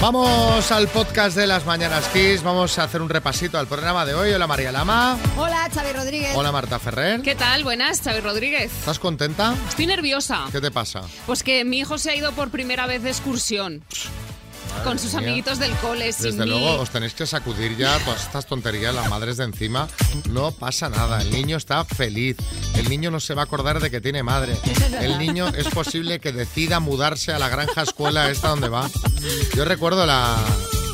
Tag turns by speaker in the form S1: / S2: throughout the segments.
S1: Vamos al podcast de las Mañanas Kiss. Vamos a hacer un repasito al programa de hoy. Hola María Lama.
S2: Hola, Xavi Rodríguez.
S1: Hola Marta Ferrer.
S3: ¿Qué tal? Buenas, Xavi Rodríguez.
S1: ¿Estás contenta?
S3: Estoy nerviosa.
S1: ¿Qué te pasa?
S3: Pues que mi hijo se ha ido por primera vez de excursión.
S1: Madre
S3: Con sus
S1: mía.
S3: amiguitos del cole, sin
S1: Desde
S3: mí.
S1: luego os tenéis que sacudir ya todas estas tonterías, las madres de encima. No pasa nada, el niño está feliz. El niño no se va a acordar de que tiene madre. El niño es posible que decida mudarse a la granja escuela esta donde va. Yo recuerdo la,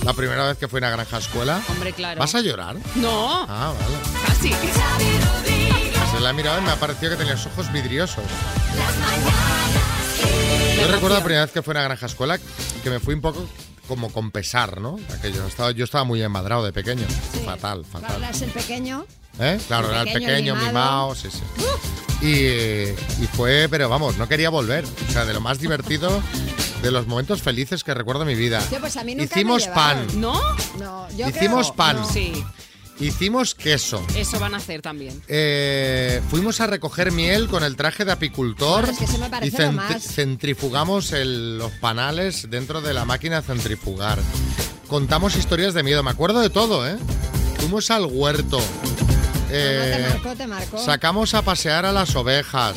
S1: la primera vez que fui a una granja escuela.
S3: Hombre, claro.
S1: ¿Vas a llorar?
S3: No,
S1: Ah, vale.
S3: casi.
S1: Se Pues la he mirado y me ha parecido que tenía los ojos vidriosos. Yo recuerdo la primera vez que fui a una granja escuela que me fui un poco como con pesar, ¿no? Aquello, estaba, yo estaba muy enmadrado de pequeño. Fatal, fatal.
S2: Hablas el pequeño.
S1: ¿Eh? Claro, era el
S2: Pequeño,
S1: pequeño, mimado,
S2: mimado.
S1: sí, sí. Y, y fue, pero vamos, no quería volver. O sea, de lo más divertido, de los momentos felices que recuerdo en mi vida.
S2: Yo, pues a mí nunca me
S1: Hicimos pan,
S2: llevaron.
S3: ¿No?
S2: No, yo
S1: Hicimos
S2: creo-
S1: pan.
S2: no.
S3: Sí,
S1: hicimos queso,
S3: eso van a hacer también.
S1: eh, fuimos a recoger miel con el traje de apicultor
S2: Ah, Es que eso me
S1: y
S2: parece
S1: cent-
S2: lo más.
S1: centrifugamos el- los panales dentro de la máquina a centrifugar. Contamos historias de miedo, me acuerdo de todo, ¿eh? Fuimos al huerto.
S2: No,
S1: eh,
S2: te marcó, te marcó.
S1: Sacamos a pasear a las ovejas.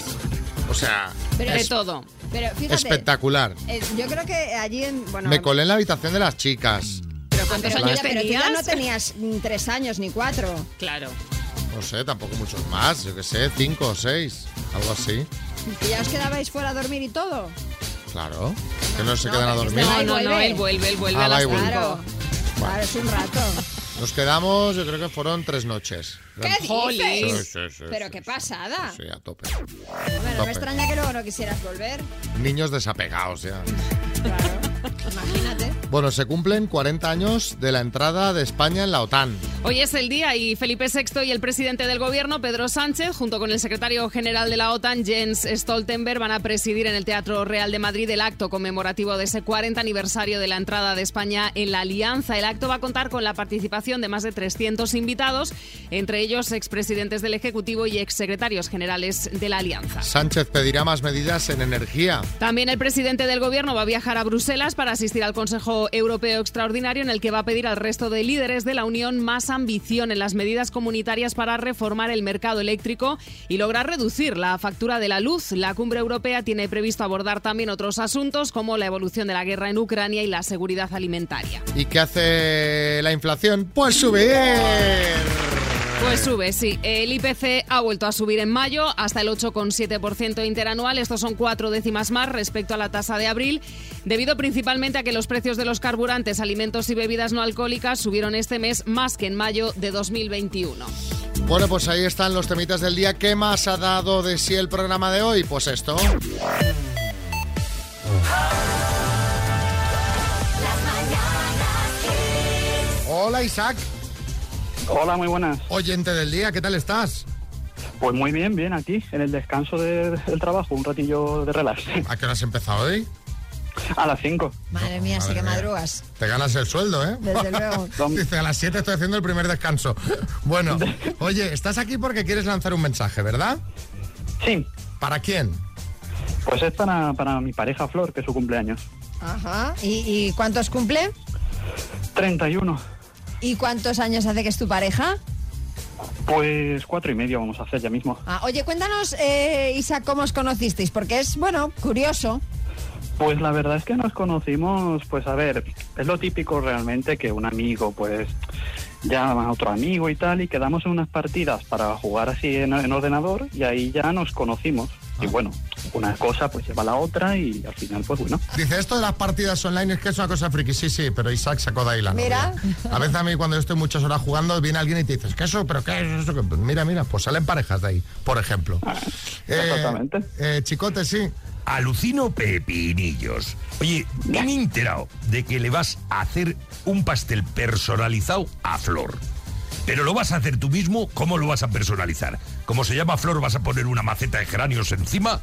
S1: O sea,
S2: Pero
S3: de
S2: es-
S3: todo.
S2: Pero fíjate.
S1: espectacular.
S2: eh, yo creo que allí en. Bueno,
S1: Me colé en la habitación de las chicas.
S3: ¿Pero cuántos
S2: pero,
S3: años
S2: ya- pero tú ya no
S3: tenías?
S2: tenías mm, tres años ni cuatro.
S3: Claro.
S1: No sé, tampoco muchos más, yo qué sé, cinco o seis, algo así.
S2: ¿Y ya os quedabais fuera a dormir y todo?
S1: Claro. Que no se
S2: No,
S1: quedan a
S2: pero es que
S1: dormir.
S3: No,
S2: Ahí
S3: no, no,
S2: Este vuelve.
S3: él vuelve, él vuelve
S1: Ah,
S3: a las
S1: ahí vuelve.
S2: Claro.
S3: cinco.
S2: Claro, es un rato.
S1: Nos quedamos, yo creo que fueron tres noches.
S2: ¿Qué
S3: Jolín.
S2: dices?
S1: Sí, sí, sí,
S2: Pero
S1: sí,
S2: qué
S1: sí,
S2: pasada.
S1: Sí, a tope.
S2: Bueno, no
S1: Tope.
S2: me extraña que luego no quisieras volver.
S1: Niños desapegados ya.
S2: Claro. Imagínate.
S1: Bueno, se cumplen 40 años de la entrada de España en la OTAN.
S3: Hoy es el día y Felipe VI y el presidente del gobierno, Pedro Sánchez, junto con el secretario general de la OTAN, Jens Stoltenberg, van a presidir en el Teatro Real de Madrid el acto conmemorativo de ese 40 aniversario de la entrada de España en la Alianza. El acto va a contar con la participación de más de 300 invitados, entre ellos expresidentes del Ejecutivo y exsecretarios generales de la Alianza.
S1: Sánchez pedirá más medidas en energía.
S3: También el presidente del gobierno va a viajar a Bruselas para asistir al Consejo Europeo Extraordinario en el que va a pedir al resto de líderes de la Unión más ambición en las medidas comunitarias para reformar el mercado eléctrico y lograr reducir la factura de la luz. La cumbre europea tiene previsto abordar también otros asuntos como la evolución de la guerra en Ucrania y la seguridad alimentaria.
S1: ¿Y qué hace la inflación? Pues subir.
S3: Pues sube, sí. El IPC ha vuelto a subir en mayo hasta el 8,7% interanual. Estos son cuatro décimas más respecto a la tasa de abril, debido principalmente a que los precios de los carburantes, alimentos y bebidas no alcohólicas subieron este mes más que en mayo de 2021.
S1: Bueno, pues ahí están los temitas del día. ¿Qué más ha dado de sí el programa de hoy? Pues esto. Hola Isaac,
S4: Hola, muy buenas.
S1: oyente del día, ¿qué tal estás?
S4: Pues muy bien, bien, aquí, en el descanso de- del trabajo, un ratillo de relax.
S1: ¿A qué hora has empezado hoy?
S4: A las 5.
S2: Madre mía, sí
S1: madre
S2: que
S1: mía.
S2: madrugas.
S1: Te ganas el sueldo, ¿eh?
S2: Desde luego.
S1: Dice, a las 7 estoy haciendo el primer descanso. Bueno, oye, estás aquí porque quieres lanzar un mensaje, ¿verdad?
S4: Sí,
S1: ¿Para quién?
S4: pues es para, para mi pareja Flor, que es su cumpleaños.
S2: Ajá. ¿Y, ¿Y cuántos cumple?
S4: 31.
S2: ¿Y cuántos años hace que es tu pareja?
S4: Pues cuatro y medio vamos a hacer ya mismo.
S2: Ah, oye, cuéntanos, eh, Isa, cómo os conocisteis, porque es, bueno, curioso.
S4: Pues la verdad es que nos conocimos, pues a ver, es lo típico realmente que un amigo, pues llama a otro amigo y tal, y quedamos en unas partidas para jugar así en, en ordenador, y ahí ya nos conocimos.
S1: Ah.
S4: Y bueno, una cosa pues lleva a la otra, y al final, pues bueno.
S1: Dice, esto de las partidas online es que es una cosa friki. Sí, sí, pero Isaac sacó de ahí la
S2: Mira.
S1: novia. Ah, A veces a mí cuando yo estoy muchas horas jugando, viene alguien y te dices, ¿qué es eso? ¿Pero qué es eso? Mira, mira, pues salen parejas de ahí, por ejemplo.
S4: exactamente.
S1: eh, chicote, sí.
S5: Alucino pepinillos. Oye, me han enterado de que le vas a hacer un pastel personalizado a Flor. Pero lo vas a hacer tú mismo, ¿cómo lo vas a personalizar? Como se llama Flor, vas a poner una maceta de geranios encima.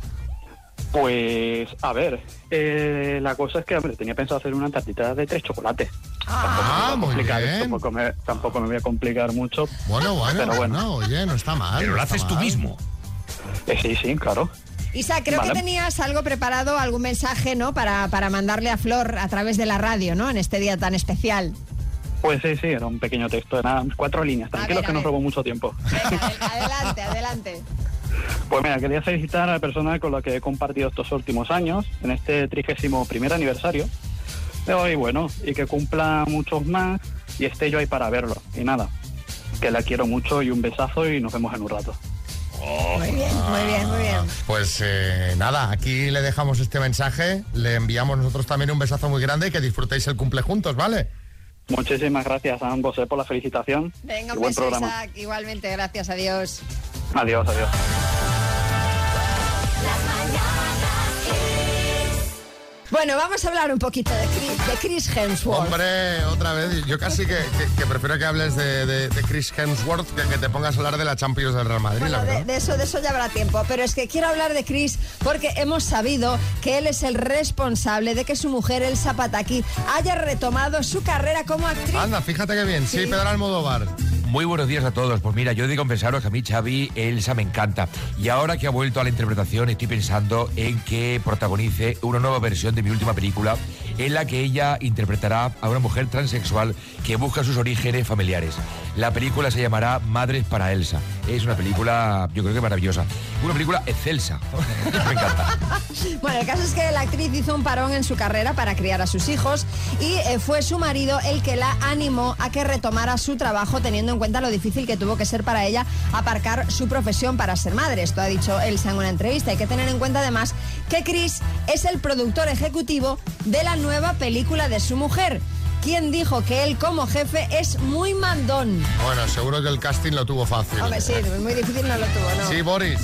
S4: Pues, a ver, eh, la cosa es que hombre, tenía pensado hacer una tartita de tres chocolates.
S1: Ah, muy
S4: Complicar,
S1: bien.
S4: Tampoco, me, tampoco me voy a complicar mucho.
S1: Bueno, bueno,
S4: Pero
S1: bueno,
S4: bueno.
S1: oye, no está mal.
S5: Pero lo
S1: no está
S5: haces tú
S1: mal.
S5: mismo.
S4: Eh, sí, sí, claro.
S2: Isa, creo
S4: Vale.
S2: que tenías algo preparado, algún mensaje, ¿no? Para, para mandarle a Flor a través de la radio, ¿no? En este día tan especial.
S4: Pues sí, sí, era un pequeño texto, eran cuatro líneas, tranquilos
S2: ver, a
S4: que no
S2: ver.
S4: robó mucho tiempo.
S2: Venga, adel- adelante, adelante.
S4: Pues mira, quería felicitar a la persona con la que he compartido estos últimos años, en este 31 primer aniversario. De hoy, bueno, y que cumpla muchos más y esté yo ahí para verlo. Y nada, que la quiero mucho y un besazo y nos vemos en un rato.
S2: Muy bien, muy bien, muy bien.
S1: Oh. Pues eh, nada, aquí le dejamos este mensaje, le enviamos nosotros también un besazo muy grande y que disfrutéis el cumple juntos, ¿vale?
S4: Muchísimas gracias a ambos eh, por la felicitación.
S2: Venga,
S4: y
S2: un
S4: buen
S2: beso,
S4: programa.
S2: Isaac. Igualmente, gracias, adiós.
S4: Adiós, adiós.
S2: Bueno, vamos a hablar un poquito de Chris, de Chris Hemsworth.
S1: Hombre, otra vez, yo casi que, que- que prefiero que hables de, de- de Chris Hemsworth que que te pongas a hablar de la Champions del Real Madrid, la
S2: Bueno, de,
S1: verdad.
S2: de eso, de eso ya habrá tiempo. Pero es que quiero hablar de Chris porque hemos sabido que él es el responsable de que su mujer, Elsa Pataki, haya retomado su carrera como actriz.
S1: Anda, fíjate que bien, sí,
S2: Sí.
S1: Pedro Almodóvar.
S6: Muy buenos días a todos. Pues mira, yo he de confesaros que a mí Xavi Elsa me encanta. Y ahora que ha vuelto a la interpretación, estoy pensando en que protagonice una nueva versión de mi última película en la que ella interpretará a una mujer transexual que busca sus orígenes familiares. La película se llamará Madres para Elsa. Es una película, yo creo que maravillosa. Una película excelsa. me encanta.
S2: Bueno, el caso es que la actriz hizo un parón en su carrera para criar a sus hijos y eh, fue su marido el que la animó a que retomara su trabajo teniendo en cuenta lo difícil que tuvo que ser para ella aparcar su profesión para ser madre. Esto ha dicho Elsa en una entrevista. Hay que tener en cuenta además que Chris es el productor ejecutivo de la nueva película de su mujer, quien dijo que él como jefe es muy mandón.
S1: Bueno, seguro que el casting lo tuvo fácil.
S2: Hombre, sí, muy difícil no lo tuvo, ¿no?
S1: Sí, Boris.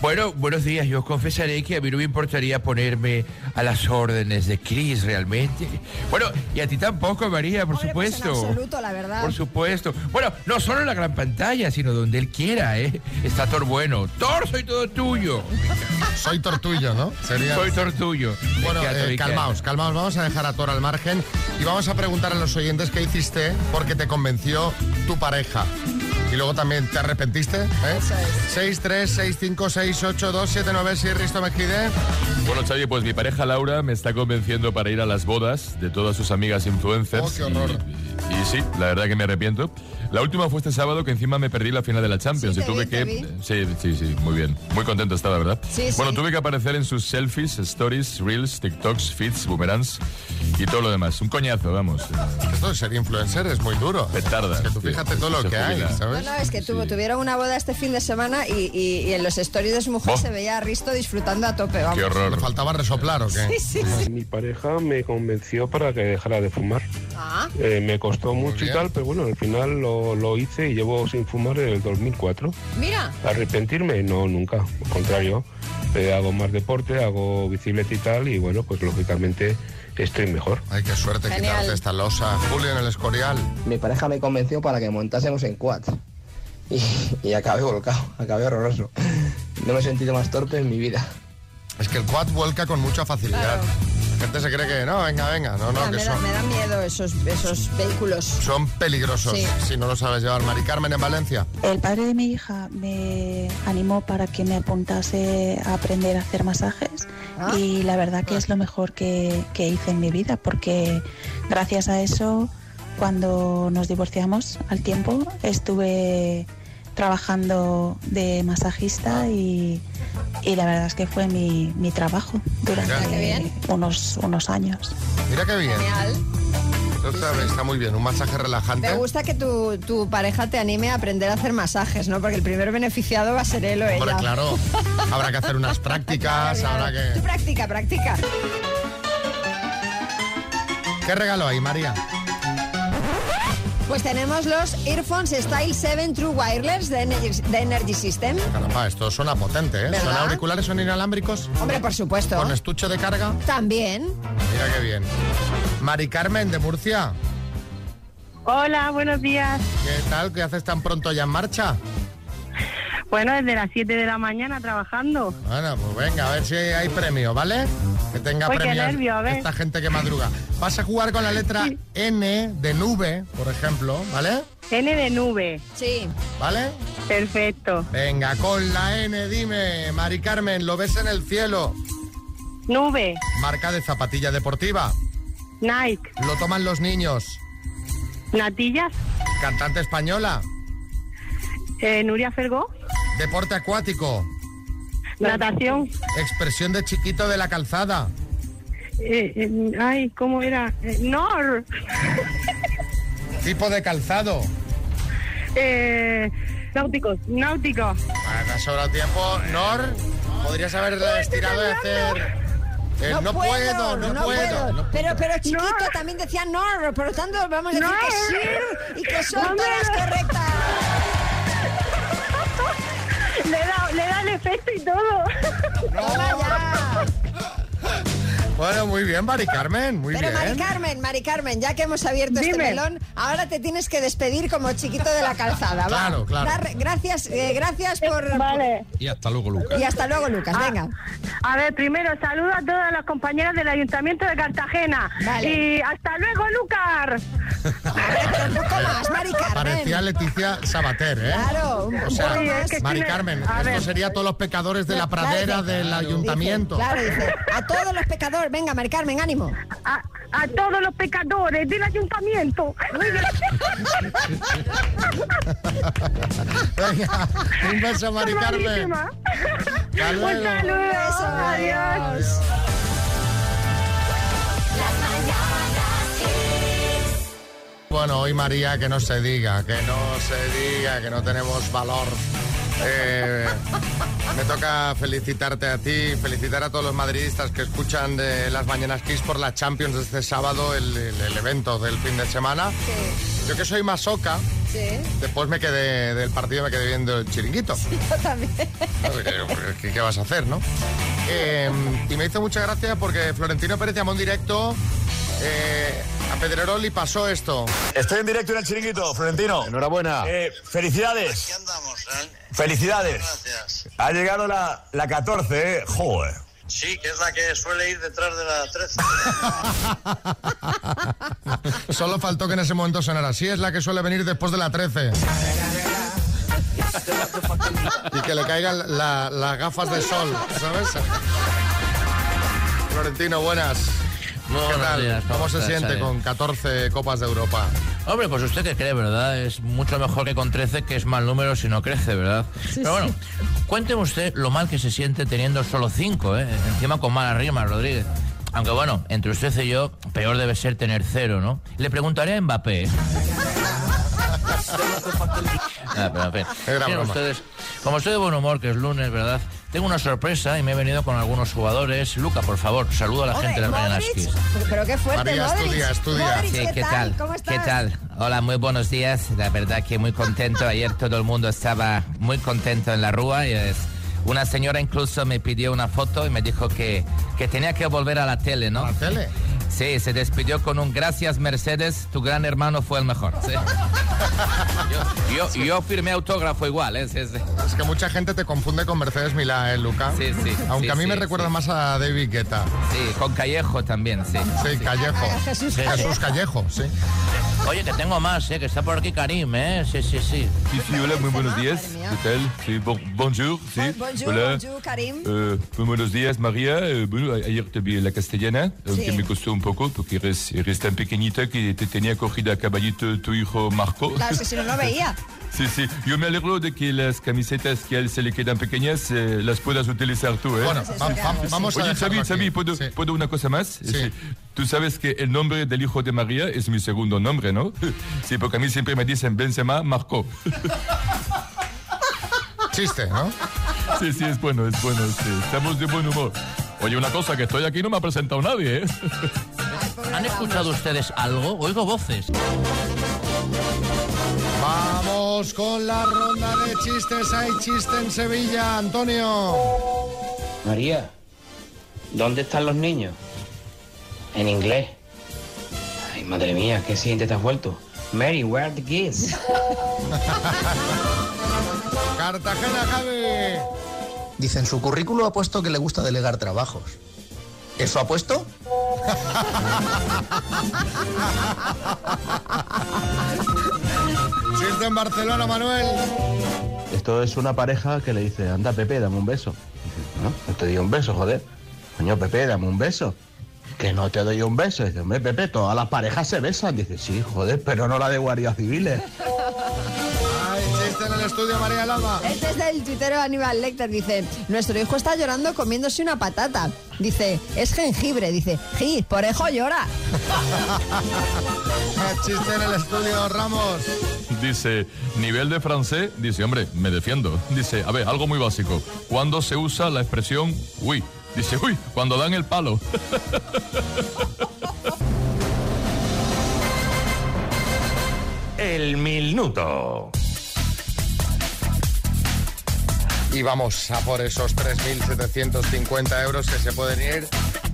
S6: Bueno, buenos días. Yo os confesaré que a mí no me importaría ponerme a las órdenes de Chris realmente. Bueno, y a ti tampoco, María, por
S2: Hombre, pues, en
S6: supuesto.
S2: absoluto, la verdad.
S6: Por supuesto. Bueno, no solo en la gran pantalla, sino donde él quiera, ¿eh? Está Thor bueno. Thor, soy todo tuyo.
S1: Soy Tortullo, ¿no? Sería...
S6: Soy Thor tuyo. Me
S1: Bueno,
S6: encanta,
S1: eh,
S6: me encanta.
S1: calmaos, calmaos. Vamos a dejar a Thor al margen y vamos a preguntar a los oyentes qué hiciste porque te convenció tu pareja. Y luego también, ¿te arrepentiste? ¿Eh? 6, 3, 6, 5, 6, 8, 2, 7, 9, 6, Risto Mejide.
S7: Bueno, Xavi, pues mi pareja Laura me está convenciendo para ir a las bodas de todas sus amigas influencers.
S1: Oh, qué
S7: Y-
S1: horror.
S7: Y, y sí, la verdad que me arrepiento. La última fue este sábado que encima me perdí la final de la Champions
S2: Sí,
S7: y
S2: te
S7: tuve
S2: vi,
S7: que...
S2: te vi.
S7: Sí, sí, sí, muy bien. Muy contento estaba, ¿verdad?
S2: Sí, sí.
S7: Bueno, tuve que aparecer en sus selfies, stories, reels, TikToks, feeds, boomerangs y todo lo demás. Un coñazo, vamos.
S1: Esto de ser influencer es muy duro.
S7: Petarda.
S1: Es que tú fíjate todo lo
S7: Se
S1: que hay,
S7: jubila.
S1: ¿sabes?
S2: No, no, es que tuvo-
S7: Sí.
S2: tuvieron una boda este fin de semana y, y- y en los stories de su mujer
S7: Oh.
S2: se veía a Risto disfrutando a tope, vamos.
S7: Qué
S1: ¿Le
S7: horror.
S1: faltaba resoplar o qué?
S2: Sí, sí, sí.
S8: Mi pareja me convenció para que dejara de fumar.
S2: Ah,
S8: Eh, me costó mucho y
S1: bien.
S8: tal, pero bueno, al final lo, lo hice y llevo sin fumar desde el 2004.
S2: mira.
S8: ¿Arrepentirme? No, nunca. Al contrario, Eh, hago más deporte, hago bicicleta y tal, y bueno, pues lógicamente estoy mejor.
S1: Ay, qué suerte
S2: Genial.
S1: quitarte esta losa. Julio en el Escorial.
S9: Mi pareja me convenció para que montásemos en quad. Y, y acabé volcado, acabé horroroso. No me he sentido más torpe en mi vida.
S1: Es que el quad vuelca con mucha facilidad. La gente se cree que no, venga, venga. No, no,
S2: Mira,
S1: que
S2: me, da,
S1: son,
S2: me dan miedo esos, esos vehículos.
S1: son peligrosos
S2: Sí.
S1: si no lo sabes llevar. Mari Carmen en Valencia.
S10: El padre de mi hija me animó para que me apuntase a aprender a hacer masajes
S2: Ah.
S10: y la verdad que es lo mejor que, que hice en mi vida porque gracias a eso cuando nos divorciamos al tiempo estuve trabajando de
S2: Ah.
S10: masajista y, y la verdad es que fue mi, mi trabajo
S1: Mira.
S2: Qué bien.
S10: durante unos, unos años.
S1: Mira qué bien.
S2: Genial.
S1: Esto está, está muy bien, un masaje relajante.
S2: Me gusta que tu, tu pareja te anime a aprender a hacer masajes, ¿no? Porque el primer beneficiado va a ser él o ella.
S1: Hombre, claro. Habrá que hacer unas prácticas,
S2: Claro,
S1: habrá
S2: Tú
S1: que...
S2: practica, practica.
S1: ¿Qué regalo hay, María?
S2: Pues tenemos los Earphones Style 7 True Wireless de Energy, de Energy System.
S1: Caramba, esto suena potente, ¿eh?
S2: ¿Verdad?
S1: ¿Son auriculares, son inalámbricos?
S2: Hombre, por supuesto.
S1: ¿Con estuche de carga?
S2: También.
S1: Mira qué bien. Mari Carmen, de Murcia.
S11: Hola, buenos días.
S1: ¿Qué tal? ¿Qué haces tan pronto ya en marcha?
S11: Bueno, desde las 7 de la mañana trabajando.
S1: Bueno, pues venga, a ver si hay premio, ¿vale? Que tenga
S11: Uy, qué
S1: premio
S11: nervio, a ver.
S1: esta gente que madruga. Vas a jugar con la letra N de nube, por ejemplo, ¿vale?
S12: N de nube.
S2: Sí.
S1: ¿Vale?
S12: Perfecto.
S1: Venga, con la N, dime, Mari Carmen, ¿lo ves en el cielo?
S12: Nube.
S1: Marca de zapatilla deportiva.
S12: Nike.
S1: ¿Lo toman los niños?
S12: Natillas.
S1: Cantante española.
S12: Eh, Nuria Fergó.
S1: Deporte acuático.
S12: Natación.
S1: Expresión de chiquito de la calzada.
S12: Eh, eh, ay, ¿cómo era? Eh, Nor.
S1: Tipo de calzado.
S12: Eh, náuticos. Náutico.
S1: Ah, te ha sobrado tiempo. Nor, podrías haberla estirado de hacer. eh, no, puedo, no, puedo. no
S2: Pero, pero chiquito también decía no, por lo tanto vamos a decir que sí y que son
S12: No, no,
S2: todas
S12: no.
S2: correctas.
S12: Le da, le da el efecto y todo.
S1: Bueno, muy bien, Mari Carmen, muy
S2: Pero
S1: bien.
S2: Mari Carmen, Mari Carmen, ya que hemos abierto este
S12: Dime.
S2: melón, ahora te tienes que despedir como chiquito de la calzada. ¿va?
S1: Claro, claro.
S2: Dar- gracias, eh, gracias por...
S12: Vale.
S1: Y hasta luego, Lucas.
S2: Y hasta luego, Lucas.
S12: Ah,
S2: Venga.
S12: A ver, primero saludo a todas las compañeras del Ayuntamiento de Cartagena.
S2: Vale.
S12: Y hasta luego, Lucar.
S2: Un poco más, Mari
S1: Parecía
S2: Carmen.
S1: Leticia Sabater, ¿eh?
S2: Claro, un
S1: O sea,
S2: poco más.
S1: Mari Carmen,
S2: A
S1: esto
S2: ver.
S1: sería todos los pecadores de la pradera
S2: Claro, dice.
S1: del ayuntamiento.
S2: Claro, dice. A todos los pecadores. Venga, Mari Carmen, ánimo.
S12: A, a todos los pecadores del Ayuntamiento.
S1: Venga, un beso, Mari
S12: Son
S1: Carmen.
S12: malísimas.
S1: Hasta
S12: Un
S1: luego.
S12: saludo. Adiós.
S1: Bueno, hoy María, que no se diga, que no se diga, que no tenemos valor. Eh, me toca felicitarte a ti, felicitar a todos los madridistas que escuchan de las Mañanas Kiss por la Champions de este sábado, el, el- el evento del fin de semana. Yo que soy masoca,
S2: Sí,
S1: después me quedé del partido, me quedé viendo el chiringuito.
S2: yo también.
S1: pues, ¿Qué, qué vas a hacer, no? Eh, y me hizo mucha gracia porque Florentino Pérez llamó en directo eh, a Pedrerol y pasó esto.
S6: Estoy en directo en el chiringuito, Florentino. Enhorabuena. felicidades. Aquí andamos, Felicidades. Gracias. Ha llegado la, la 14, ¿eh? Joder.
S13: Sí, que es la que suele ir detrás de la 13.
S1: Solo faltó que en ese momento sonara. Sí, es la que suele venir después de la 13. Y que le caigan la- las gafas de sol, ¿sabes? Florentino, buenas. ¿Qué tal?
S14: días, ¿cómo
S1: ¿Cómo se
S14: estás,
S1: siente
S14: Ale?
S1: con 14 Copas de Europa?
S14: Hombre, pues usted que cree, ¿verdad? Es mucho mejor que con 13, que es mal número si no crece, ¿verdad?
S15: Sí,
S14: Pero bueno,
S15: sí.
S14: cuénteme usted lo mal que se siente teniendo solo 5, ¿eh? Encima con mala rima, Rodríguez. Aunque bueno, entre usted y yo, peor debe ser tener cero, ¿no? Le preguntaré a Mbappé. ¿eh? Ah, pero en fin.
S15: Era
S14: Miren
S15: broma.
S14: ustedes, como estoy de buen humor, que es lunes, ¿verdad? Tengo una sorpresa y me he venido con algunos jugadores. Luca, por favor, saludo a la gente de las Mañanas
S2: Modric,
S14: Kiss.
S2: pero qué fuerte, Modric. Modric,
S14: Sí,
S2: ¿qué, tal? ¿Cómo estás?
S14: ¿Qué tal? Hola, muy buenos días. La verdad que muy contento. Ayer todo el mundo estaba muy contento en la rúa. Y es- una señora incluso me pidió una foto y me dijo que, que tenía que volver a la tele, ¿no? ¿A la
S1: tele?
S14: Sí, se despidió con un gracias Mercedes, tu gran hermano fue el mejor. Sí. Yo, yo, yo firmé autógrafo igual, ¿eh? Sí, sí.
S1: Es que mucha gente te confunde con Mercedes Milá, ¿eh, Luca?
S14: Sí, sí,
S1: Aunque
S14: sí,
S1: a mí me
S14: sí,
S1: recuerda
S14: sí.
S1: más a David Guetta.
S14: Sí, con Callejo también, sí.
S1: Sí, Callejo. Jesús
S14: Sí, sí.
S1: Jesús Callejo, sí.
S14: Oye, que tengo más, ¿eh? Que está por aquí Karim, ¿eh? Sí, sí, sí.
S16: Sí, sí, hola, muy buenos días. ¿Qué tal? Sí, bon- bonjour. Sí,
S2: Bonjour,
S16: hola.
S2: bonjour, Karim.
S16: Eh, muy buenos días, María. Eh, bueno, a- ayer te vi en la castellana, aunque
S2: Sí.
S16: me costó un poco porque eres, eres tan pequeñita que te tenía cogida a caballito tu hijo Marco.
S2: Claro, es que si no, no veía.
S16: Sí, sí. Yo me alegro de que las camisetas que a él se le quedan pequeñas eh, las puedas utilizar tú, ¿eh?
S1: Bueno, vam- vam- vamos a
S16: Oye,
S1: dejarlo
S16: Xavi,
S1: aquí.
S16: Xavi, ¿puedo, puedo una cosa más? Sí. Tú sabes que el nombre del hijo de María es mi segundo nombre, ¿no? Sí, porque a mí siempre me dicen Benzema Marco.
S1: Chiste,
S7: ¿Ah?
S1: ¿no?
S16: Sí, sí, es bueno, es bueno. sí. Estamos de buen humor. Oye, una cosa, que estoy aquí no me ha presentado nadie, ¿eh?
S14: ¿Han escuchado ustedes algo? Oigo voces.
S1: Vamos con la ronda de chistes. Hay chiste en Sevilla, Antonio.
S17: María, ¿dónde están los niños? En inglés. Ay, madre mía, qué siguiente te has vuelto. Mary, where are the kids?
S1: Cartagena, Javi.
S18: Dice, en su currículo ha puesto que le gusta delegar trabajos. ¿Eso ha puesto?
S1: Sí, desde en Barcelona, Manuel.
S19: Esto es una pareja que le dice, anda Pepe, dame un beso. Dice, no, no te doy un beso, joder. Coño, Pepe, dame un beso. Que no te doy un beso. Dice, hombre, Pepe, todas las parejas se besan. Dice, sí, joder, pero no la de guardias civiles.
S1: Ay, chiste en el estudio, María Lama.
S2: Este es del tuitero Aníbal Lecter. Dice, nuestro hijo está llorando comiéndose una patata. Dice, es jengibre. Dice, ji, por eso llora.
S1: Chiste en el estudio, Ramos.
S7: Dice, nivel de francés, dice, hombre, me defiendo. Dice, a ver, algo muy básico. ¿Cuándo se usa la expresión uy? Dice, uy, cuando dan el palo.
S5: El minuto.
S1: Y vamos a por esos 3.750 euros que se pueden ir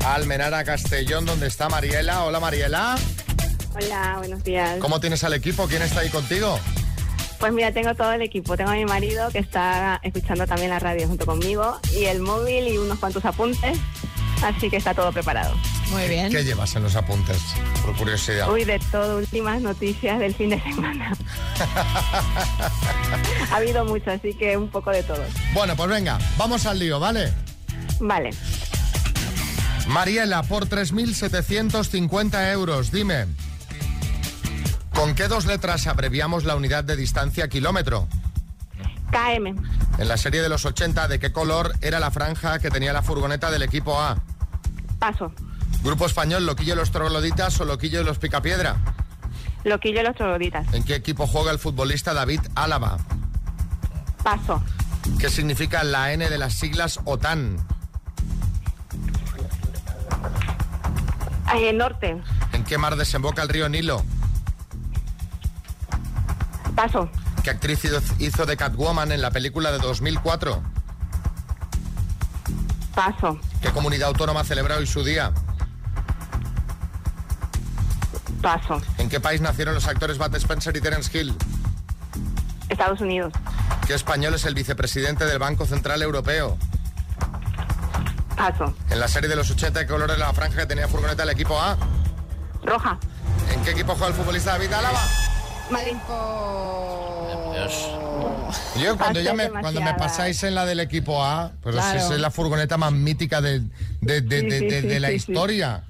S1: a Almenara Castellón, donde está Mariela. Hola, Mariela.
S20: Hola, buenos días.
S1: ¿Cómo tienes al equipo? ¿Quién está ahí contigo?
S20: Pues mira, tengo todo el equipo. Tengo a mi marido que está escuchando también la radio junto conmigo y el móvil y unos cuantos apuntes. Así que está todo preparado.
S1: Muy bien. ¿Qué llevas en los apuntes? Por curiosidad.
S20: Uy, de todo, últimas noticias del fin de semana. ha habido mucho, así que un poco de todo.
S1: Bueno, pues venga, vamos al lío, ¿vale?
S20: Vale.
S1: Mariela, por 3.750 euros, dime, ¿con qué dos letras abreviamos la unidad de distancia kilómetro?
S20: KM,
S1: En la serie de los 80, ¿de qué color era la franja que tenía la furgoneta del equipo A?
S20: paso.
S1: Grupo español, Loquillo y los Trogloditas o Loquillo y los Picapiedra.
S20: Loquillo y los trogoditas.
S1: ¿En qué equipo juega el futbolista David Álava?
S20: Paso.
S1: ¿Qué significa la N de las siglas OTAN?
S20: Ay, el norte,
S1: ¿En qué mar desemboca el río Nilo?
S20: paso.
S1: ¿Qué actriz hizo- hizo de Catwoman en la película de 2004?
S20: Paso.
S1: ¿Qué comunidad autónoma celebra hoy su día?
S20: Paso.
S1: ¿En qué país nacieron los actores Bat Spencer y Terence Hill?
S20: Estados Unidos.
S1: ¿Qué español es el vicepresidente del Banco Central Europeo?
S20: Paso.
S1: En la serie de los 80 de colores la franja que tenía furgoneta el equipo A.
S20: Roja.
S1: ¿En qué equipo juega el futbolista David Álava? Yo cuando, ya me, cuando me pasáis en la del equipo A, pero
S20: Claro.
S1: si es la furgoneta más mítica de, de- de-
S2: Sí,
S1: de-
S2: sí,
S1: de-
S2: sí,
S1: de la
S2: sí, sí.
S1: historia.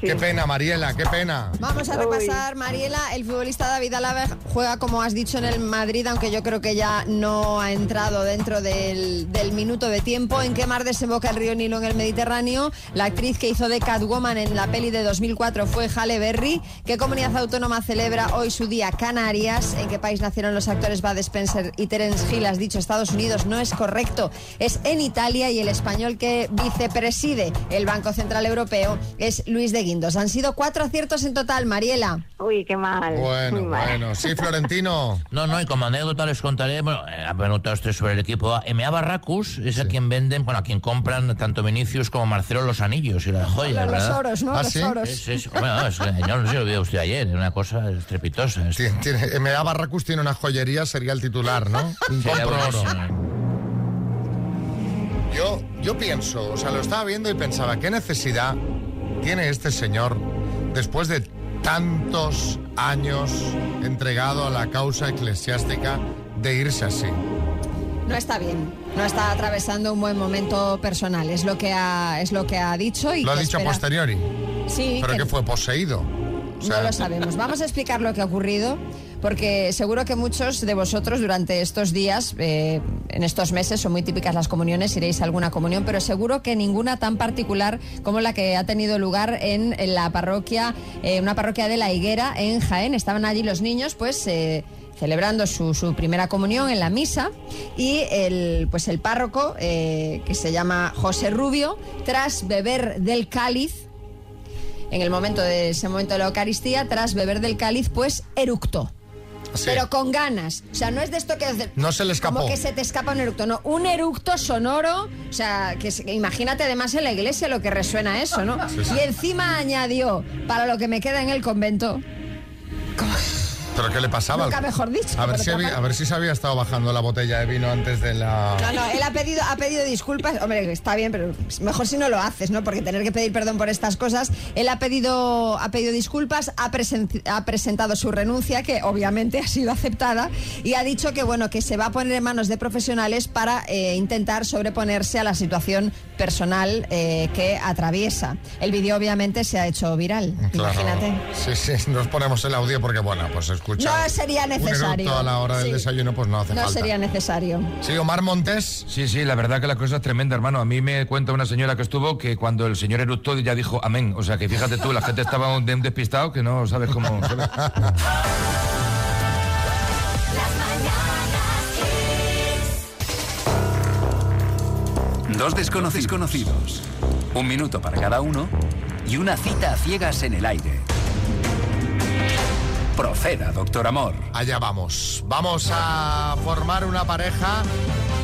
S1: Qué pena, Mariela, qué pena.
S2: Vamos a repasar, Mariela, el futbolista David Alaba juega, como has dicho, en el Madrid, aunque yo creo que ya no ha entrado dentro del, del minuto de tiempo. ¿En qué mar desemboca el río Nilo en el Mediterráneo? La actriz que hizo de Catwoman en la peli de 2004 fue Halle Berry. ¿Qué comunidad autónoma celebra hoy su día? Canarias. ¿En qué país nacieron los actores Bud Spencer y Terence Hill? Has dicho Estados Unidos, no es correcto. Es en Italia y el español que vicepreside el Banco Central Europeo es Luis de Guindos. Han sido cuatro aciertos en total, Mariela.
S20: Uy, qué mal.
S1: Bueno, bueno, sí, Florentino.
S14: No, no, y como anécdota les contaré, bueno, eh, ha preguntado usted sobre el equipo A. M.A. Barracus es a quien venden, bueno, a quien compran tanto Vinicius como Marcelo los anillos y las joyas,
S2: Los
S14: ¿verdad?
S2: oros, ¿no? ¿Ah, Los sí? oros.
S14: Sí, sí, Bueno, es que, yo no sé, lo vio usted ayer, era una cosa estrepitosa. es-
S1: Tiene- M.A. Barracus Eh, tiene una joyería, sería el titular, ¿no? Un
S14: Sería
S1: compro oro.
S14: buenísimo.
S1: Yo, yo pienso, o sea, lo estaba viendo y pensaba, ¿qué necesidad tiene este señor después de tantos años entregado a la causa eclesiástica de irse así?
S20: Mm.
S2: No está bien. No está atravesando un buen momento personal. Es lo que ha, es lo que ha dicho y
S1: Lo ha
S2: que
S1: dicho a
S2: espera-
S1: posteriori.
S2: Sí,
S1: Pero
S2: que-
S1: que fue poseído. O sea,
S2: no lo sabemos. Vamos a explicar lo que ha ocurrido, porque seguro que muchos de vosotros durante estos días, eh, en estos meses, son muy típicas las comuniones, iréis a alguna comunión, pero seguro que ninguna tan particular como la que ha tenido lugar en, en la parroquia, eh, una parroquia de La Higuera, en Jaén. Estaban allí los niños, pues... eh, celebrando su, su primera comunión en la misa y el, pues el párroco, eh, que se llama José Rubio, tras beber del cáliz, en el momento de ese momento de la Eucaristía, tras beber del cáliz, pues eructó.
S1: Sí.
S2: Pero con ganas. O sea, no es de esto que.
S1: No se le escapó.
S2: Como que se te escapa un eructo. No, un eructo sonoro. O sea, que se- imagínate además en la iglesia lo que resuena eso, ¿no?
S1: Sí, sí.
S2: Y encima añadió, para lo que me queda en el convento,
S1: Pero qué le pasaba?
S2: Nunca mejor dicho,
S1: A ver,
S2: por
S1: si
S2: otra
S1: había-
S2: parte.
S1: a ver si se había estado bajando la botella de vino antes de la...
S2: No, no, él ha pedido, ha pedido disculpas. Hombre, está bien, pero mejor si no lo haces, ¿no? Porque tener que pedir perdón por estas cosas. Él ha pedido, ha pedido disculpas, ha, presen- ha presentado su renuncia, que obviamente ha sido aceptada, y ha dicho que, bueno, que se va a poner en manos de profesionales para eh, intentar sobreponerse a la situación personal eh, que atraviesa. El vídeo, obviamente, se ha hecho viral.
S1: Claro.
S2: Imagínate.
S1: Sí, sí, nos ponemos el audio porque, bueno, pues escucha.
S2: No sería
S1: Un
S2: necesario.
S1: eructo a la hora del
S2: Sí.
S1: desayuno, pues no hace
S2: No
S1: falta.
S2: sería necesario.
S1: Sí, Omar Montes.
S6: Sí, sí, la verdad que la cosa es tremenda, hermano. A mí me cuenta una señora que estuvo que cuando el señor eructó ya dijo amén. O sea, que fíjate tú, la gente estaba un despistado que no sabes cómo... ¿sabes?
S21: Dos desconocidos conocidos. Un minuto para cada uno y una cita a ciegas en el aire. Proceda, doctor Amor.
S1: Allá vamos. Vamos a formar una pareja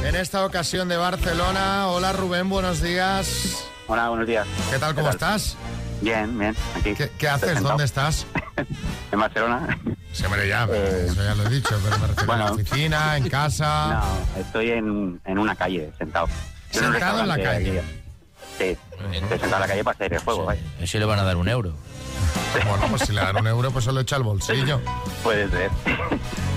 S1: en esta ocasión de Barcelona. Hola Rubén, buenos días.
S17: Hola, buenos días.
S1: ¿Qué tal, cómo estás?
S17: Bien, bien, aquí.
S1: ¿Qué, qué haces? ¿Dónde estás?
S17: En Barcelona.
S1: Se me ya, eso ya lo he dicho, pero me refiero a la
S17: Bueno.
S1: oficina, en casa.
S17: No, estoy en, en una calle, sentado. Yo un
S1: ¿Sentado en la
S17: restaurante aquí. Sí, estoy sentado en la calle para salir del juego, vaya.
S14: Eso le van a dar un euro.
S1: Bueno, pues si le dan un euro, pues se lo echa al bolsillo.
S17: Puede ser.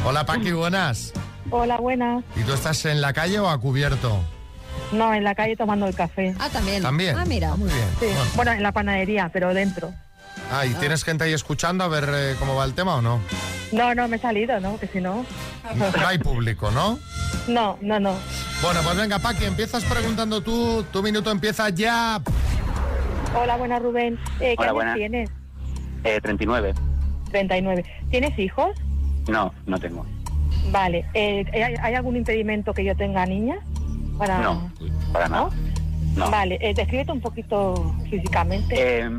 S1: Hola Paqui, buenas.
S12: Hola, buenas.
S1: ¿Y tú estás en la calle o a cubierto?
S12: No, en la calle tomando el café.
S2: Ah, también.
S1: También. Ah, mira. Ah, muy bien.
S12: Sí. Bueno, en la panadería, pero dentro.
S1: Ah, ¿y tienes gente ahí escuchando a ver eh, cómo va el tema o no?
S12: No, no, me he salido, ¿no? Que si no.
S1: No hay público, ¿no?
S12: No, no, no.
S1: Bueno, pues venga, Paqui, empiezas preguntando tú. Tu minuto empieza ya.
S12: Hola, buenas, Rubén. Eh, ¿Qué
S17: Hola,
S12: años
S17: buenas.
S12: tienes?
S17: Eh, 39.
S12: 39. ¿Tienes hijos?
S17: No, no tengo.
S12: Vale. Eh, ¿hay, hay algún impedimento que yo tenga niña? Para...
S17: No, para nada. No.
S12: Vale, eh, descríbete un poquito físicamente.
S17: Eh,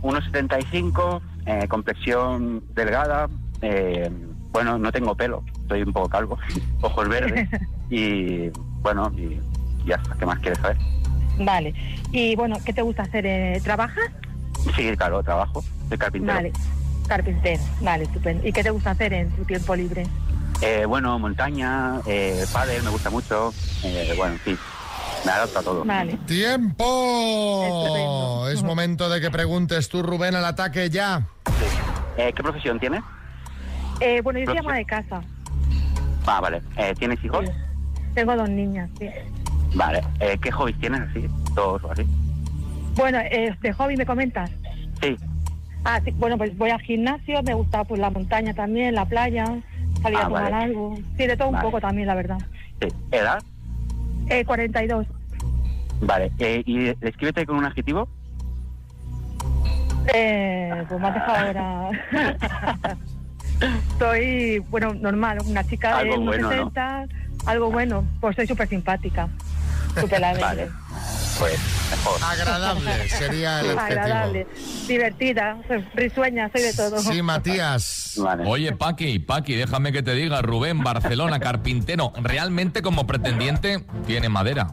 S17: 1,75, eh, complexión delgada. eh, bueno, no tengo pelo, estoy un poco calvo. Ojos verdes. Y bueno, y ya está. ¿Qué más quieres saber?
S12: Vale. Y bueno, ¿qué te gusta hacer? Eh, ¿Trabajas?
S17: Sí, claro, trabajo. Soy carpintero.
S12: Vale. Carpintero. Vale, estupendo. ¿Y qué te gusta hacer en tu tiempo libre?
S17: Eh, bueno, montaña, eh, pádel, me gusta mucho. Eh, bueno, en fin, me adapto a todo.
S1: ¡Tiempo! Es momento de que preguntes tú, Rubén, al ataque ya.
S17: Eh, ¿Qué profesión tienes?
S12: Eh, bueno, yo soy
S17: Profesión.
S12: ama de casa.
S17: Ah, vale. Eh, ¿Tienes hijos?
S12: Tengo dos niñas. sí.
S17: Vale. Eh, ¿Qué hobbies tienes así? ¿Todos o así?
S12: Bueno, eh, de hobby me comentas.
S17: Sí.
S12: Ah, sí, bueno, pues voy al gimnasio, me gusta pues la montaña también, la playa, salir
S17: Ah,
S12: a tomar
S17: vale.
S12: algo. Sí, de todo
S17: Vale.
S12: un poco también, la verdad.
S17: sí. ¿Edad?
S12: Eh, 42.
S17: Vale. Eh, ¿Y descríbete con un adjetivo?
S12: Eh, pues me has dejado ahora. Soy, bueno, normal, una chica
S17: Algo
S12: de unos
S17: bueno, ¿no?
S12: 60, algo bueno, pues soy súper simpática, súper alegre.
S17: Vale. Pues mejor.
S1: Agradable sería el adjetivo.
S12: Agradable, divertida, risueña, soy de todo.
S1: Matías.
S7: Oye, Paqui, Paqui, déjame que te diga, Rubén, Barcelona, carpintero, realmente como pretendiente tiene madera.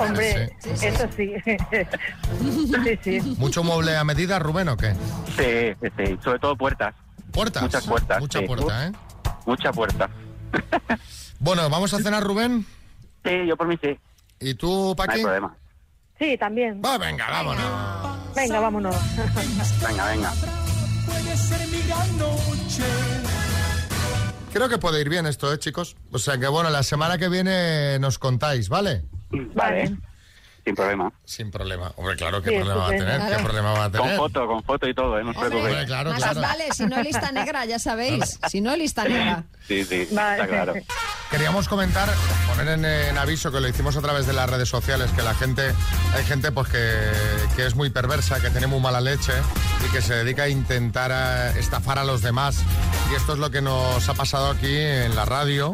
S12: Hombre, eso sí. sí, sí.
S1: ¿Mucho mueble a medida, Rubén, o qué?
S17: Sí, sí, sí. Sobre todo puertas.
S1: ¿Puertas?
S17: Muchas puertas.
S1: Mucha
S17: sí.
S1: puerta, ¿eh?
S17: Mucha puerta.
S1: Bueno, ¿vamos a cenar, Rubén?
S17: Sí, yo por mí sí.
S1: ¿Y tú, Paqui?
S17: No hay problema.
S12: Sí, también.
S1: Va, venga, vámonos.
S12: Venga, vámonos.
S17: Venga, venga.
S22: Puede ser mi gran noche.
S1: Creo que puede ir bien esto, ¿eh, chicos? O sea que, bueno, la semana que viene nos contáis, ¿vale?
S17: Vale. Sin problema.
S1: Sin problema. Hombre, claro, ¿qué
S17: Sí,
S1: problema va a
S17: estupendo.
S1: tener? ¿Qué
S17: Claro.
S1: problema va a tener?
S17: Con foto, con foto y todo, ¿eh? No os preocupéis.
S2: Más os vale, si no lista negra, ya sabéis. Si no lista negra.
S17: Sí, sí,
S2: Vale.
S17: está claro.
S1: Queríamos comentar, poner en, eh, en aviso que lo hicimos a través de las redes sociales, que la gente, hay gente pues que, que es muy perversa, que tiene muy mala leche y que se dedica a intentar eh, estafar a los demás. Y esto es lo que nos ha pasado aquí en la radio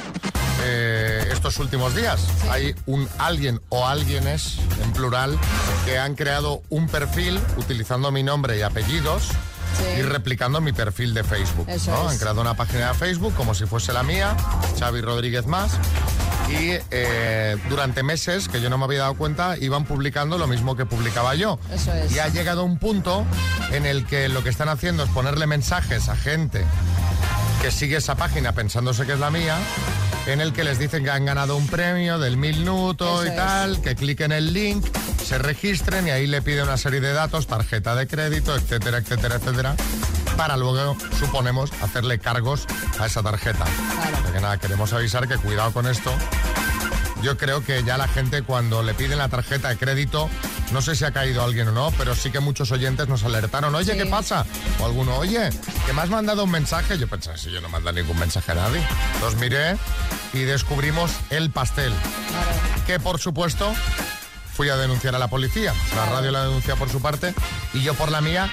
S1: eh, estos últimos días. Hay un alguien o alguienes, en plural, que han creado un perfil utilizando mi nombre y apellidos. Y replicando mi perfil de Facebook.
S2: Eso
S1: ¿no?
S2: es.
S1: Han creado una página de Facebook como si fuese la mía, Xavi Rodríguez más. Y eh, durante meses, que yo no me había dado cuenta, iban publicando lo mismo que publicaba yo.
S2: Eso es.
S1: Y ha llegado un punto en el que lo que están haciendo es ponerle mensajes a gente que sigue esa página pensándose que es la mía, en el que les dicen que han ganado un premio del minuto y tal, que cliquen el link, se registren y ahí le pide una serie de datos, tarjeta de crédito, etcétera, etcétera, etcétera, para luego, suponemos, hacerle cargos a esa tarjeta. Porque nada, queremos avisar que cuidado con esto. Yo creo que ya la gente cuando le piden la tarjeta de crédito, no sé si ha caído alguien o no, pero sí que muchos oyentes nos alertaron, oye, ¿qué pasa? O alguno, oye, que me has mandado un mensaje. Yo pensaba, si yo no mando ningún mensaje a nadie. Los miré y descubrimos el pastel. Que por supuesto fui a denunciar a la policía. La radio la denuncia por su parte y yo por la mía.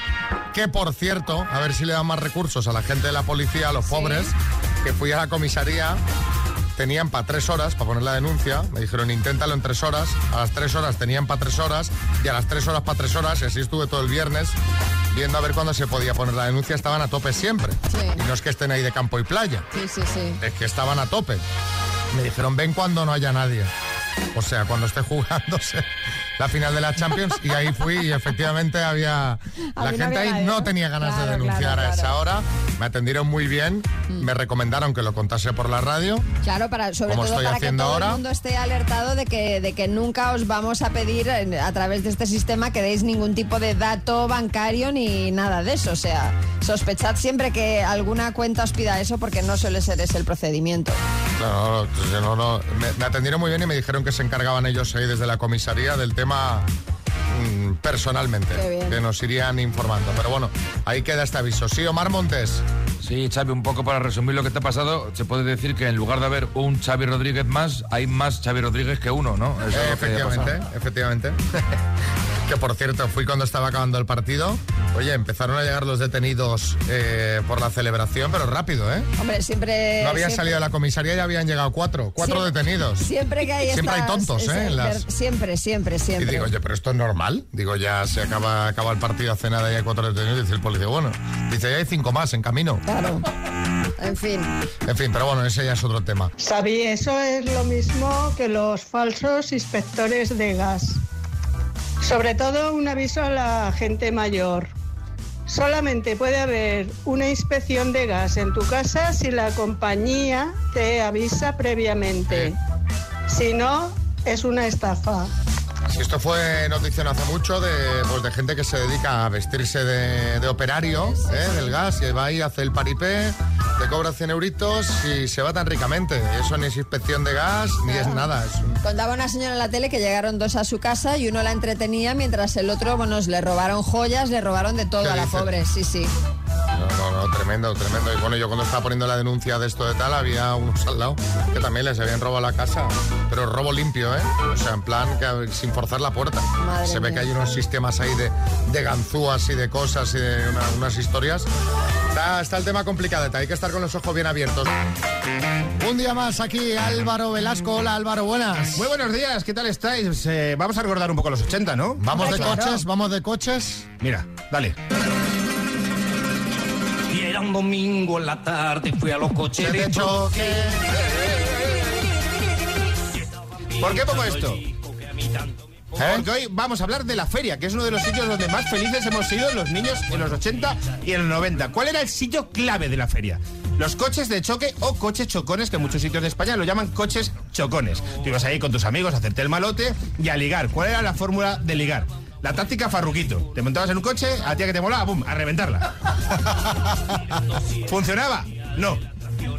S1: Que por cierto, a ver si le dan más recursos a la gente de la policía, a los pobres, que fui a la comisaría. Tenían para tres horas para poner la denuncia. Me dijeron, inténtalo en tres horas. A las tres horas tenían para tres horas y a las tres horas para tres horas. Y así estuve todo el viernes viendo a ver cuándo se podía poner la denuncia. Estaban a tope siempre. Y no es que estén ahí de campo y playa
S2: Sí, sí, sí.
S1: es que estaban a tope. Me dijeron, ven cuando no haya nadie. O sea, cuando esté jugándose la final de la Champions. Y ahí fui y efectivamente había... La
S2: Había- no
S1: gente
S2: había
S1: ahí
S2: nadie,
S1: no
S2: ¿no?
S1: tenía ganas de
S2: Claro,
S1: denunciar
S2: claro,
S1: a esa
S2: claro. Mm.
S1: hora. Me atendieron muy bien. Me recomendaron que lo contase por la radio.
S2: Claro, para, sobre
S1: Como
S2: todo
S1: estoy
S2: para que
S1: haciendo
S2: todo
S1: ahora.
S2: el mundo esté alertado de que, de que nunca os vamos a pedir eh, a través de este sistema que deis ningún tipo de dato bancario ni nada de eso. O sea, sospechad siempre que alguna cuenta os pida eso porque no suele ser ese el procedimiento.
S1: No, no, no, no. Me, me atendieron muy bien y me dijeron que se encargaban ellos ahí desde la comisaría del tema mm, personalmente.
S2: Qué bien.
S1: Que nos irían informando. Pero bueno, ahí queda este aviso. Sí, Omar Montes.
S6: Sí, Xavi, un poco para resumir lo que te ha pasado, se puede decir que en lugar de haber un Xavi Rodríguez más, hay más Xavi Rodríguez que uno, ¿no? Eso es lo que ha
S1: efectivamente,
S6: pasado.
S1: efectivamente. que por cierto, fui cuando estaba acabando el partido. Oye, empezaron a llegar los detenidos eh, por la celebración, pero rápido, ¿eh?
S2: Hombre, siempre...
S1: No había
S2: siempre-
S1: salido de la comisaría, ya habían llegado cuatro. Cuatro
S2: Siempre-
S1: detenidos.
S2: Siempre que hay
S1: Siempre hay
S2: estas-
S1: tontos, ¿eh?
S2: es-
S1: En las-
S2: Siempre, siempre,
S1: Y
S2: siempre.
S1: digo, oye, pero esto es normal. Digo, ya se acaba, acaba el partido, hace nada, ya hay cuatro detenidos. Y dice el policía, bueno, dice, ya hay cinco más en camino.
S2: Claro. En fin.
S1: En fin, pero bueno, ese ya es otro tema.
S3: Xavi, eso es lo mismo que los falsos inspectores de gas. Sobre todo un aviso a la gente mayor. Solamente puede haber una inspección de gas en tu casa si la compañía te avisa previamente. Si no, es una estafa.
S1: Si esto fue noticia no hace mucho de, pues, de gente que se dedica a vestirse de, de operario ¿eh? del gas y va ahí, hace el paripé, te cobra 100 euritos y se va tan ricamente. Eso ni es inspección de gas ni es nada. Es un-
S2: Contaba una señora en la tele que llegaron dos a su casa y uno la entretenía mientras el otro, bueno, le robaron joyas, le robaron de todo
S1: ¿Qué
S2: a la
S1: dices?
S2: pobre. Sí, sí.
S1: No, no, no, tremendo, tremendo. Y bueno, yo cuando estaba poniendo la denuncia de esto de tal, había unos al lado que también les habían robado la casa. Pero robo limpio, ¿eh? O sea, en plan, que, eh, sin forzar la puerta.
S2: Madre
S1: Se ve
S2: mía.
S1: que hay unos sistemas ahí de, de ganzúas y de cosas y de una- unas historias. Está, está el tema complicado, hay que estar con los ojos bien abiertos. Un día más aquí, eh. Álvaro Velasco. Hola, Álvaro, buenas.
S18: Muy buenos días, ¿qué tal estáis? Eh, vamos a recordar un poco los 80, ¿no?
S1: Vamos de coches, vamos de coches.
S18: Mira, dale.
S23: Y era un domingo en la tarde, fui a los coches de choque.
S18: ¿Por qué pongo esto? Porque ¿Eh? hoy vamos a hablar de la feria, que es uno de los sitios donde más felices hemos sido los niños en los 80 y en los 90. ¿Cuál era el sitio clave de la feria? Los coches de choque o coches chocones, que en muchos sitios de España lo llaman coches chocones. Tú ibas ahí con tus amigos a hacerte el malote y a ligar. ¿Cuál era la fórmula de ligar? La táctica farruquito. Te montabas en un coche, a la tía que te molaba, ¡bum!, a reventarla. ¿Funcionaba? No.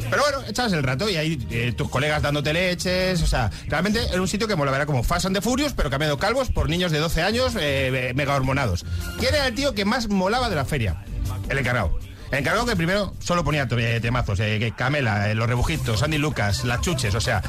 S18: Pero bueno, echabas el rato y ahí eh, tus colegas dándote leches, o sea, realmente era un sitio que molaba, era como Fast and the Furious, pero cambiado calvos por niños de 12 años eh, mega hormonados. ¿Quién era el tío que más molaba de la feria? El encargado. El encargado que primero solo ponía to- eh, temazos, eh, que Camela, eh, Los Rebujitos, Andy Lucas, Las Chuches, o sea,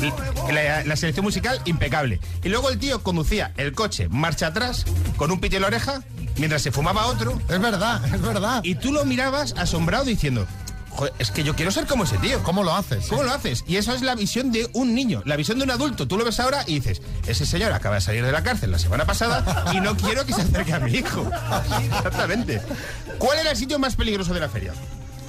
S18: l- la, la selección musical impecable. Y luego el tío conducía el coche marcha atrás, con un pite en la oreja, mientras se fumaba otro.
S1: Es verdad, es verdad.
S18: Y tú lo mirabas asombrado diciendo, "Joder, es que yo quiero ser como ese tío.
S1: ¿Cómo lo haces?
S18: ¿Cómo lo haces? Y esa es la visión de un niño, la visión de un adulto. Tú lo ves ahora y dices, ese señor acaba de salir de la cárcel la semana pasada y no quiero que se acerque a mi hijo. Exactamente. ¿Cuál era el sitio más peligroso de la feria?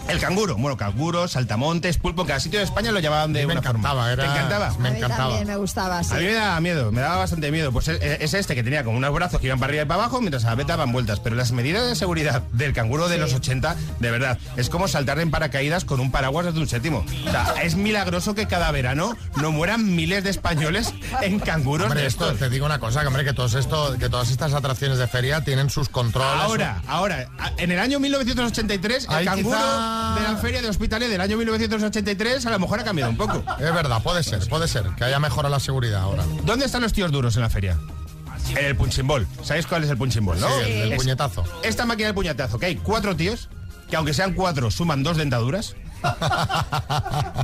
S18: El canguro, bueno, canguros, saltamontes, pulpo, en cada sitio de España lo llamaban de una forma.
S1: era-
S18: ¿Te encantaba?
S2: a mí también me gustaba, sí.
S18: A mí me daba miedo, me daba bastante miedo. Pues es- es este que tenía como unos brazos que iban para arriba y para abajo mientras a beta daban vueltas. Pero las medidas de seguridad del canguro de los 80, de verdad, es como saltar en paracaídas con un paraguas desde un séptimo. O sea, es milagroso que cada verano no mueran miles de españoles en canguros
S1: Hombre,
S18: de
S1: esto,
S18: estos.
S1: te digo una cosa, que, hombre, que, todos esto, que todas estas atracciones de feria tienen sus controles.
S18: Ahora, ahora, a- en el año 1983, el
S1: Ahí
S18: canguro
S1: quizá-
S18: de la feria de hospitales del año 1983 a lo mejor ha cambiado un poco.
S1: Es verdad, puede ser, puede ser, que haya mejorado la seguridad ahora.
S18: ¿Dónde están los tíos duros en la feria? En el punching ball. ¿Sabéis cuál es el punching ball, no?
S1: Pues Sí, el del
S18: Es-
S1: puñetazo.
S18: Esta máquina del puñetazo, que hay cuatro tíos, que aunque sean cuatro, suman dos dentaduras.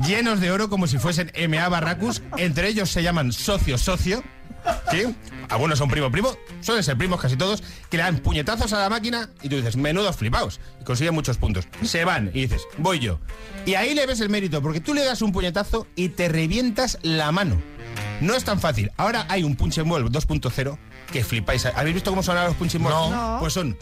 S18: llenos de oro como si fuesen MA Barracus. Entre ellos se llaman socio-socio. ¿Sí? Algunos son primo-primo, suelen ser primos casi todos, que le dan puñetazos a la máquina y tú dices, menudos flipaos. Y consiguen muchos puntos. Se van y dices, voy yo. Y ahí le ves el mérito, porque tú le das un puñetazo y te revientas la mano. No es tan fácil. Ahora hay un punch and ball 2.0 que flipáis. ¿Habéis visto cómo son ahora los punch and ball?
S1: No.
S18: Pues son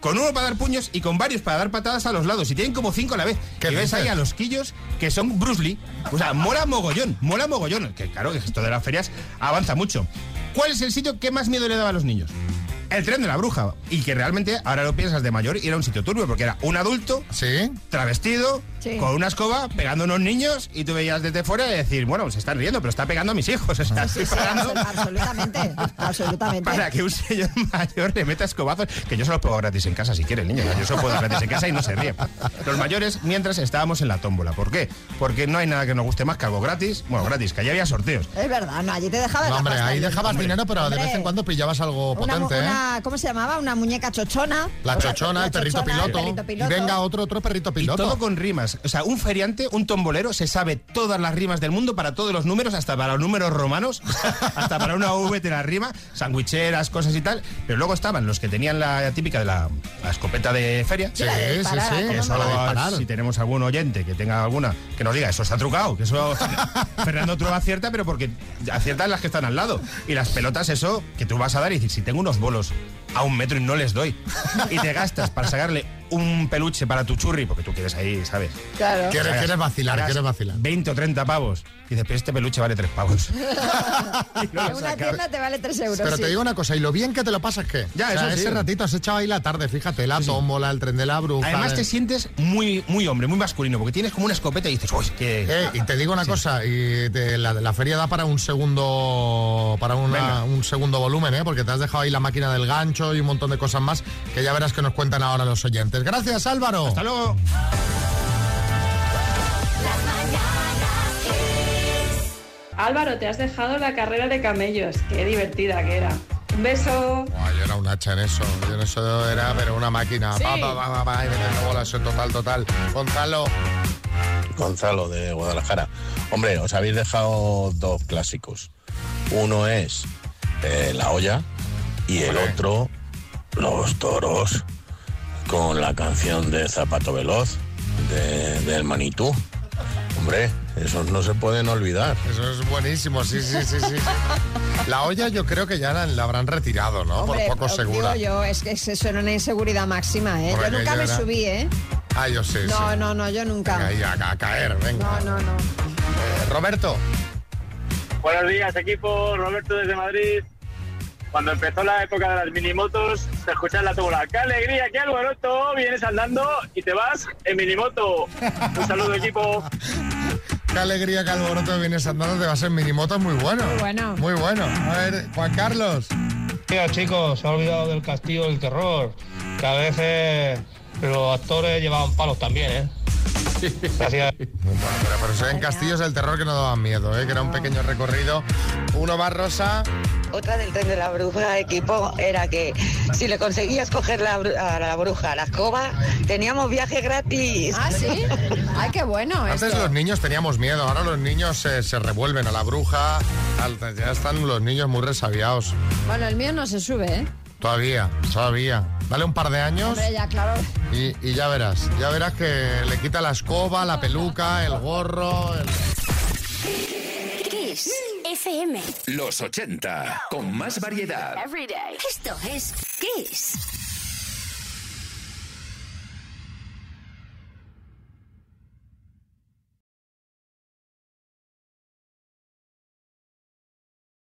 S18: con uno para dar puños y con varios para dar patadas a los lados. Y tienen como cinco a la vez. Que ves
S1: dices?
S18: ahí a los quillos que son Bruce Lee. O sea, mola mogollón, mola mogollón. Que claro, que esto de las ferias avanza mucho. ¿Cuál es el sitio que más miedo le daba a los niños? El tren de la bruja. Y que realmente, ahora lo piensas de mayor, y era un sitio turbio, porque era un adulto, travestido,
S2: Sí.
S18: con una escoba, pegando a unos niños, y tú veías desde fuera y decir, bueno, se están riendo, pero está pegando a mis hijos. o sea,
S2: Sí, sí,
S18: estoy pagando
S2: absol- absolutamente, absolutamente.
S18: para que un señor mayor le meta escobazos, que yo se los puedo gratis en casa si quieren, niños. Yo se los puedo gratis en casa y no se ríen. Los mayores, mientras estábamos en la tómbola. ¿Por qué? Porque no hay nada que nos guste más que algo gratis. Bueno, gratis, que allí había sorteos.
S2: Es verdad, no, allí te dejabas
S18: No,
S2: la
S18: hombre,
S2: pasta,
S18: ahí
S2: yo-
S18: dejabas
S2: hombre,
S18: dinero, pero de
S2: hombre,
S18: vez en
S1: cuando pillabas algo
S2: una mu-
S1: potente, ¿eh?
S2: una- ¿Cómo se llamaba? Una muñeca chochona.
S1: La
S2: O sea,
S1: chochona,
S2: la
S1: el perrito
S2: chochona, el
S1: piloto.
S2: perrito piloto.
S18: otro, otro perrito piloto. Y todo con rimas. O sea, un feriante, un tombolero, se sabe todas las rimas del mundo para todos los números, hasta para los números romanos, hasta para una V te la rima, sandwicheras, cosas y tal. Pero luego estaban los que tenían la típica de la, la escopeta de feria.
S1: Sí, Sí, la de disparar, sí, sí, ¿cómo
S18: Que
S1: no?
S18: eso,
S1: La de disparar.
S18: si tenemos algún oyente que tenga alguna, que nos diga, eso está trucado, que eso Fernando Trueba acierta, pero porque aciertan las que están al lado. Y las pelotas, eso, que tú vas a dar y dices, si tengo unos bolos a un metro y no les doy. Y te gastas para sacarle un peluche para tu churri, porque tú quieres ahí, ¿sabes?
S1: Claro. Quieres-
S18: Sagas-
S1: quieres vacilar,
S18: sagas
S1: quieres vacilar.
S18: 20 o 30 pavos. Y dices, pero este peluche vale 3 pavos.
S2: En una tienda te vale 3 euros.
S1: Pero
S2: sí.
S1: te digo una cosa, y lo bien que te lo pasas que.
S18: Ya,
S1: o sea,
S18: eso sí.
S1: ese ratito has echado ahí la tarde, fíjate, la tómbola, el tren de la bruja.
S18: Además te sientes muy, muy hombre, muy masculino, porque tienes como una escopeta y dices, uy, que...
S1: Eh, y te digo una cosa, y te- la, la feria da para un segundo para una-
S18: Venga.
S1: un segundo volumen, ¿eh? porque te has dejado ahí la máquina del gancho y un montón de cosas más que ya verás que nos cuentan ahora los oyentes. Gracias, Álvaro. Hasta
S18: luego.
S11: Álvaro, te has dejado la carrera de camellos. Qué divertida que era. Un beso.
S1: Ah, yo era un hacha en eso, yo en eso era pero una máquina.
S11: Sí.
S1: Pa, pa, pa, pa, pa, y metiendo bolas en total, total. Gonzalo,
S4: Gonzalo de Guadalajara. Hombre, os habéis dejado dos clásicos. Uno es eh, la olla y el otro los toros con la canción de Zapato Veloz de- Eh, del Manitú. Hombre, esos no se pueden olvidar.
S1: eso es buenísimo, sí, sí, sí, sí. La olla yo creo que ya la, la habrán retirado, ¿no?
S2: Hombre,
S1: Por poco
S2: digo
S1: segura.
S2: yo, es que es- eso era una inseguridad máxima, ¿eh?
S1: Hombre,
S2: yo nunca
S1: aquello
S2: me
S1: era-
S2: subí, ¿eh?
S1: Ah, yo sí, sí.
S2: no, no, no, yo nunca.
S1: Venga, ahí, a, a caer, venga.
S2: No, no, no.
S1: Eh, Roberto.
S24: Buenos días, equipo. Roberto desde Madrid. Cuando empezó la época de las minimotos, se escuchaba la tómbola. ¡Qué alegría, qué alboroto! Vienes andando y te vas en minimoto. Un saludo, equipo.
S1: Qué alegría que alboroto vienes andando, te vas en minimoto, es muy bueno. Muy bueno. Muy bueno. A ver, Juan Carlos.
S8: Mira, chicos, se ha olvidado del castillo del terror, que a veces los actores llevaban palos también, ¿eh? Gracias.
S1: Pero, pero eso en Castillos del Terror que no daban miedo, ¿eh? que era un pequeño recorrido. Uno más rosa.
S10: Otra del tren de la bruja equipo era que si le conseguías coger la bru- a la bruja la escoba, teníamos viaje gratis.
S2: Ah, sí. Ay, qué bueno.
S1: Antes
S2: esto.
S1: los niños teníamos miedo, ahora los niños se, se revuelven a la bruja, al- ya están los niños muy resabiados.
S2: Bueno, el mío no se sube, ¿eh?
S1: Todavía, todavía. Dale un par de años
S2: Hombre, ya, claro.
S1: y, y ya verás, ya verás que le quita la escoba, la peluca, el gorro. el-
S25: Kiss FM.
S21: Los 80, con más variedad.
S25: Every day. Esto es Kiss.